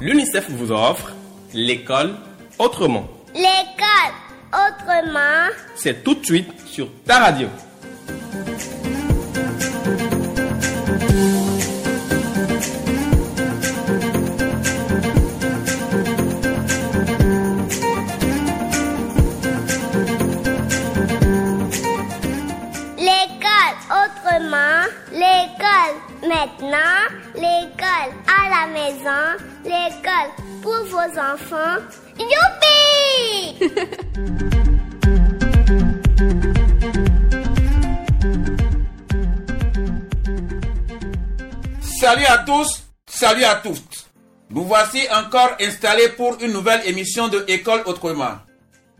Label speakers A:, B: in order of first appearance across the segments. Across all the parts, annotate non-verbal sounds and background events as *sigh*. A: L'UNICEF vous offre l'école autrement.
B: L'école autrement.
A: C'est tout de suite sur ta radio.
B: L'école autrement. L'école maintenant. L'école à la maison. L'école pour vos enfants. Youpi!
C: Salut à tous, salut à toutes. Nous voici encore installés pour une nouvelle émission de École Autrement.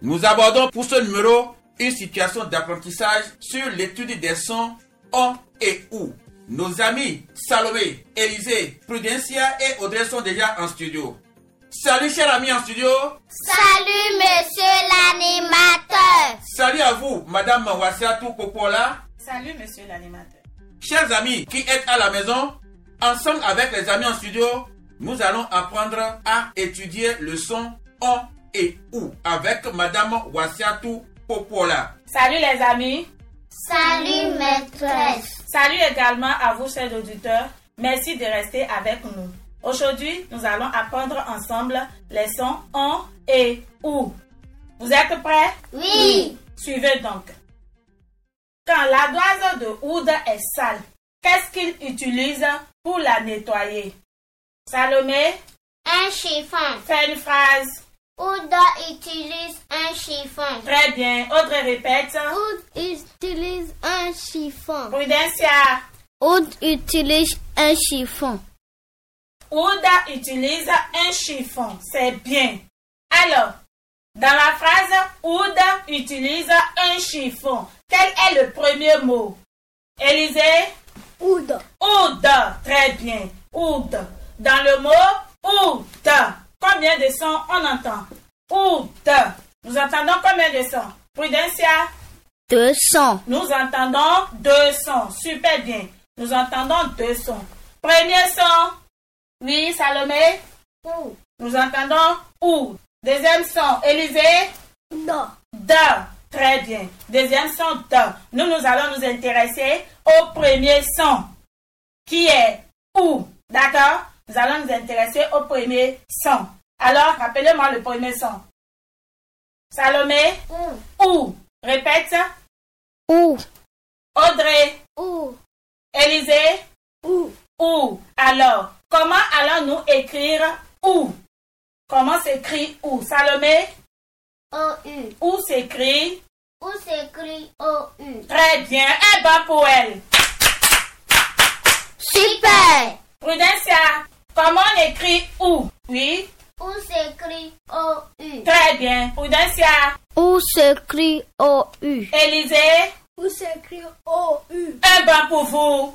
C: Nous abordons pour ce numéro une situation d'apprentissage sur l'étude des sons on et ou. Nos amis Salomé, Élisée, Prudencia et Audrey sont déjà en studio. Salut chers amis en studio.
B: *laughs* Salut, monsieur l'animateur.
C: Salut à vous, Madame Wassiatou Popola.
D: Salut, monsieur l'animateur.
C: Chers amis qui êtes à la maison, ensemble avec les amis en studio, nous allons apprendre à étudier le son on et ou avec Madame Wassiatou Popola.
D: Salut, les amis.
B: Salut, maîtresse.
D: Salut également à vous, chers auditeurs. Merci de rester avec nous. Aujourd'hui, nous allons apprendre ensemble les sons on et ou. Vous êtes prêts?
B: Oui.
D: Suivez donc. Quand la glace de Oud est sale, qu'est-ce qu'il utilise pour la nettoyer? Salomé,
B: Un chiffon.
D: fais une phrase.
B: Ouda utilise un chiffon.
D: Très bien. Audrey répète.
B: Oud utilise un chiffon.
D: Prudencia,
B: Oud utilise un chiffon.
D: Ouda utilise un chiffon. C'est bien. Alors, dans la phrase Ouda utilise un chiffon, quel est le premier mot Élisée
B: Ouda.
D: Ouda. Très bien. Ouda. Dans le mot Ouda, combien de sons on entend Ouda. Nous entendons combien de sons Prudencia
B: 200.
D: nous entendons deux sons. Super bien. Nous entendons deux sons. Premier son. Oui, Salomé.
B: Ou.
D: Nous entendons ou. Deuxième son. Élisée.
B: Da.
D: Da. Très bien. Deuxième son. Da. Nous, nous allons nous intéresser au premier son. Qui est ou. D'accord Nous allons nous intéresser au premier son. Alors, rappelez-moi le premier son. Salomé.
B: Ou.
D: Ou. Répète.
B: Ou.
D: Audrey.
B: Ou.
D: Élisée.
B: Ou.
D: ou. Alors, comment allons-nous écrire ou Comment s'écrit ou Salomé,
B: O-U.
D: ou s'écrit
B: Ou s'écrit O-U.
D: très bien. Un bas pour elle.
B: Super.
D: Prudencia, comment on écrit ou Oui,
B: Ou s'écrit O-U.
D: très bien. Prudencia,
B: Ou s'écrit O-U.
D: Élisée,
B: Ou s'écrit O-U.
D: un bas pour vous.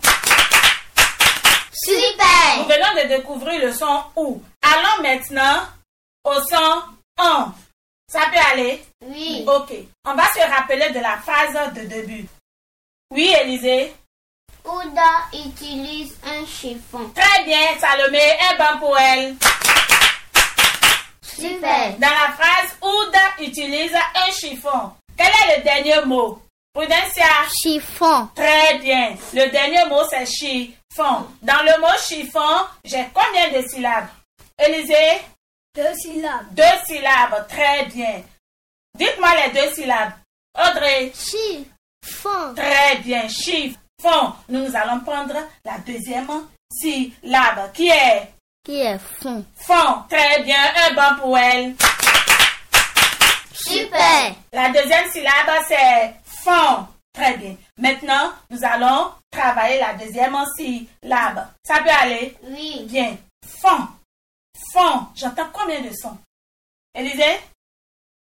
D: Nous
B: Super.
D: venons de découvrir le son ou. Allons maintenant au son en. Ça peut aller
B: Oui.
D: Ok. On va se rappeler de la phrase de début. Oui, Élisée.
B: Ouda utilise un chiffon.
D: Très bien, Salomé, un bon pour elle.
B: Super.
D: Dans la phrase, Ouda utilise un chiffon. Quel est le dernier mot Prudencia.
B: Chiffon.
D: Très bien. Le dernier mot, c'est chiffon. Dans le mot chiffon, j'ai combien de syllabes Élisée,
B: Deux syllabes.
D: deux syllabes. Très bien. Dites-moi les deux syllabes. Audrey,
B: Chiffon.
D: très bien. Chiffon. Nous, nous allons prendre la deuxième syllabe qui est
B: Qui est fond.
D: fond. Très bien. Un bon pour elle.
B: Super.
D: La deuxième syllabe, c'est fond. Très bien. Maintenant, nous allons travailler la deuxième syllabe. Ça peut aller
B: Oui.
D: Eh bien. Fond. Fond. J'entends combien de sons Élisée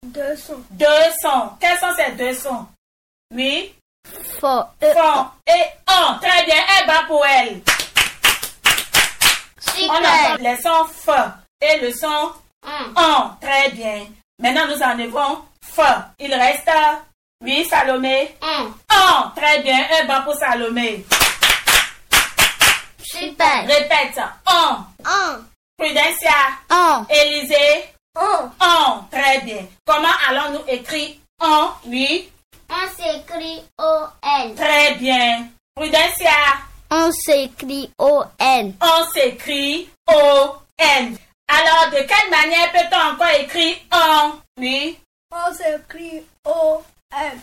B: Deux sons.
D: Deux sons. Quels sont ces deux sons Oui.
B: Fond. Euh,
D: Fond et on. Très bien. Un bas pour elle. On entend les sons F et le son
B: Un.
D: on. Très bien. Maintenant, nous enlevons F. Il reste. Oui, Salomé.
B: Un.
D: Oh, très bien, un banc pour Salomé.
B: Super.
D: Répète, on.
B: Un.
D: Prudencia,
B: en,
D: Élisée,
E: On.
D: on. Très bien. Comment allons-nous écrire on Oui.
E: On s'écrit O-N.
D: Très bien. Prudencia,
B: on s'écrit O-N,
D: on s'écrit O-N. Alors, de quelle manière peut-on encore écrire on Oui.
E: On s'écrit O-N.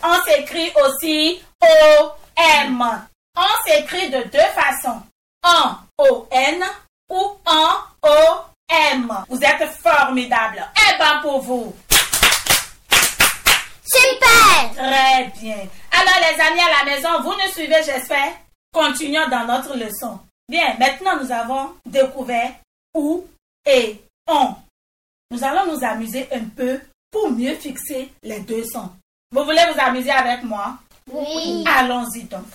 D: On s'écrit aussi O-M. On s'écrit de deux façons. En O-N ou en O-M. Vous êtes formidable. Eh ben pour vous.
B: super,
D: Très bien. Alors les amis à la maison, vous nous suivez, j'espère. Continuons dans notre leçon. Bien, maintenant nous avons découvert où et on. Nous allons nous amuser un peu pour mieux fixer les deux sons. Vous voulez vous amuser avec moi
E: Oui.
D: Allons-y donc.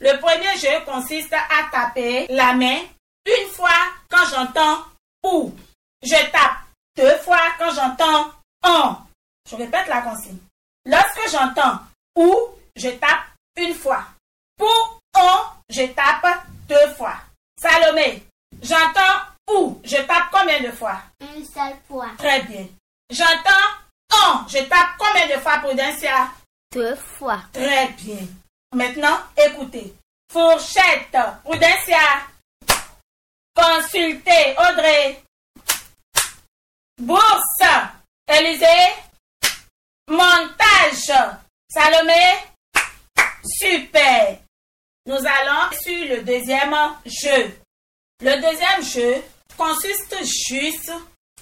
D: Le premier jeu consiste à taper la main une fois quand j'entends ou. Je tape deux fois quand j'entends en. Je répète la consigne. Lorsque j'entends ou, je tape une fois. Pour on, je tape deux fois. Salomé, j'entends ou, je tape combien de fois
E: Une seule fois.
D: Très bien. J'entends on, je tape combien de fois, Prudencia
B: deux fois,
D: Très bien. Maintenant, écoutez. Fourchette, Prudencia. Consultez, Audrey. Bourse, Élisée. Montage, Salomé. Super. Nous allons sur le deuxième jeu. Le deuxième jeu consiste juste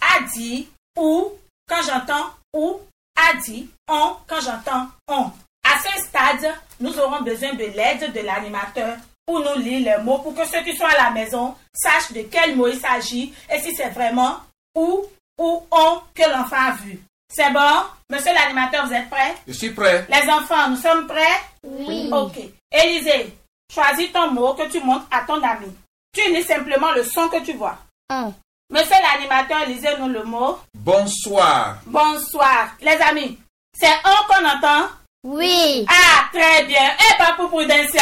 D: à dire ou quand j'entends ou, à dire on quand j'entends on. À ce stade, nous aurons besoin de l'aide de l'animateur pour nous lire les mots pour que ceux qui sont à la maison sachent de quel mot il s'agit et si c'est vraiment ou ou on que l'enfant a vu. C'est bon Monsieur l'animateur, vous êtes prêts
C: Je suis prêt.
D: Les enfants, nous sommes prêts
E: Oui.
D: Ok. Élisée, choisis ton mot que tu montres à ton ami. Tu lis simplement le son que tu vois.
B: en,
D: Monsieur l'animateur, lisez-nous le mot.
C: Bonsoir.
D: Bonsoir. Les amis, c'est on qu'on entend
B: oui,
D: Ah, très bien. Et pas pour Prudencia.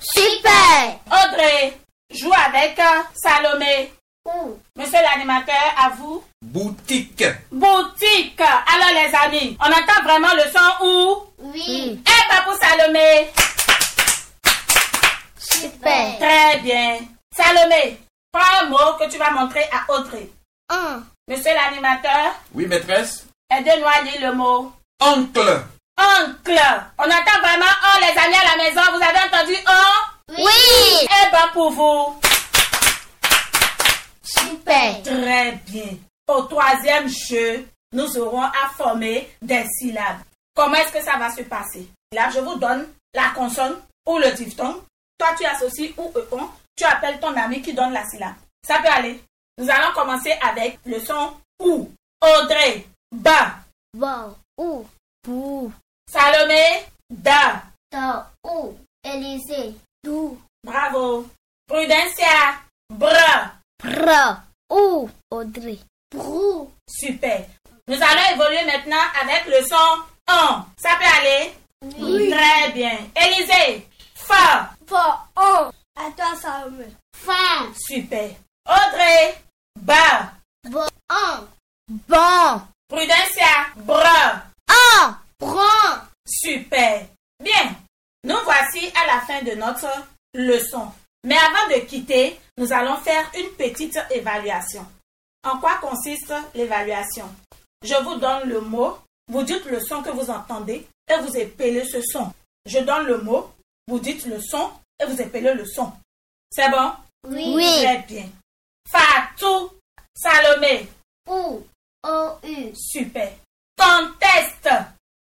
B: super,
D: Audrey, joue avec euh, Salomé.
E: Ou.
D: Monsieur l'animateur, à vous.
C: Boutique.
D: Boutique. Alors, les amis, on entend vraiment le son ou
E: Oui.
D: Eh pas pour Salomé.
B: super,
D: Très bien. Salomé, prends un mot que tu vas montrer à Audrey.
B: en,
D: Monsieur l'animateur,
C: Oui, maîtresse.
D: aidez-nous à lire le mot.
C: Oncle.
D: Oncle. On entend vraiment on, les amis à la maison. Vous avez entendu on
B: oui,
D: Eh ben pour vous.
B: super,
D: Très bien. Au troisième jeu, nous aurons à former des syllabes. Comment est-ce que ça va se passer Là, je vous donne la consonne ou le diphtongue. Toi, tu associes ou e on. Tu appelles ton ami qui donne la syllabe. Ça peut aller. Nous allons commencer avec le son ou. Audrey, ba.
B: bon, ou, bou,
D: Salomé, da.
E: Da. Ou. Élysée.
B: dou,
D: Bravo. Prudencia, bra.
B: bra, ou, Audrey,
E: Brou.
D: Super. Nous allons évoluer maintenant avec le son on. Ça peut aller Très bien. Élisée, fort.
E: Fa. On. À toi, Samuel. Fin.
D: Super. Audrey, bas.
E: Bon. On.
B: bon,
D: Prudencia, bras.
B: en,
E: Prends.
D: Super. Bien. Nous voici à la fin de notre leçon. Mais avant de quitter, nous allons faire une petite évaluation. En quoi consiste l'évaluation Je vous donne le mot, vous dites le son que vous entendez et vous épelez ce son. Je donne le mot, vous dites le son et vous épelez le son. C'est bon
E: Oui.
B: oui,
D: Très bien. Fatou, Salomé,
E: Ou. O-U.
D: Super. Conteste.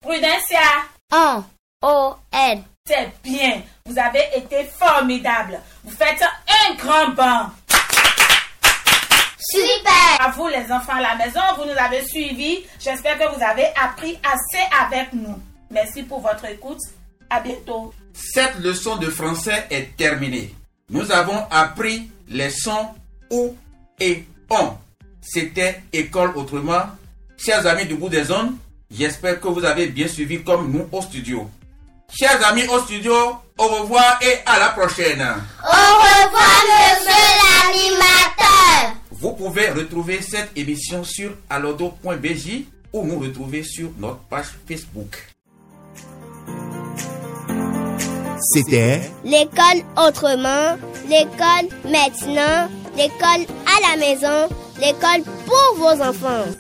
D: Prudencia,
B: en, O-N,
D: c'est bien. Vous avez été formidable. Vous faites un grand banc.
E: Super.
D: À vous les enfants à la maison, vous nous avez suivis. J'espère que vous avez appris assez avec nous. Merci pour votre écoute. À bientôt.
C: Cette leçon de français est terminée. Nous avons appris les sons ou et on. C'était École Autrement. Chers amis du bout des ondes, j'espère que vous avez bien suivi comme nous au studio. Chers amis au studio, Au revoir et à la prochaine.
B: Au revoir, monsieur l'animateur.
C: Vous pouvez retrouver cette émission sur alodo.bj ou nous retrouver sur notre page Facebook.
F: C'était
B: L'école autrement, l'école maintenant, l'école à la maison, l'école pour vos enfants.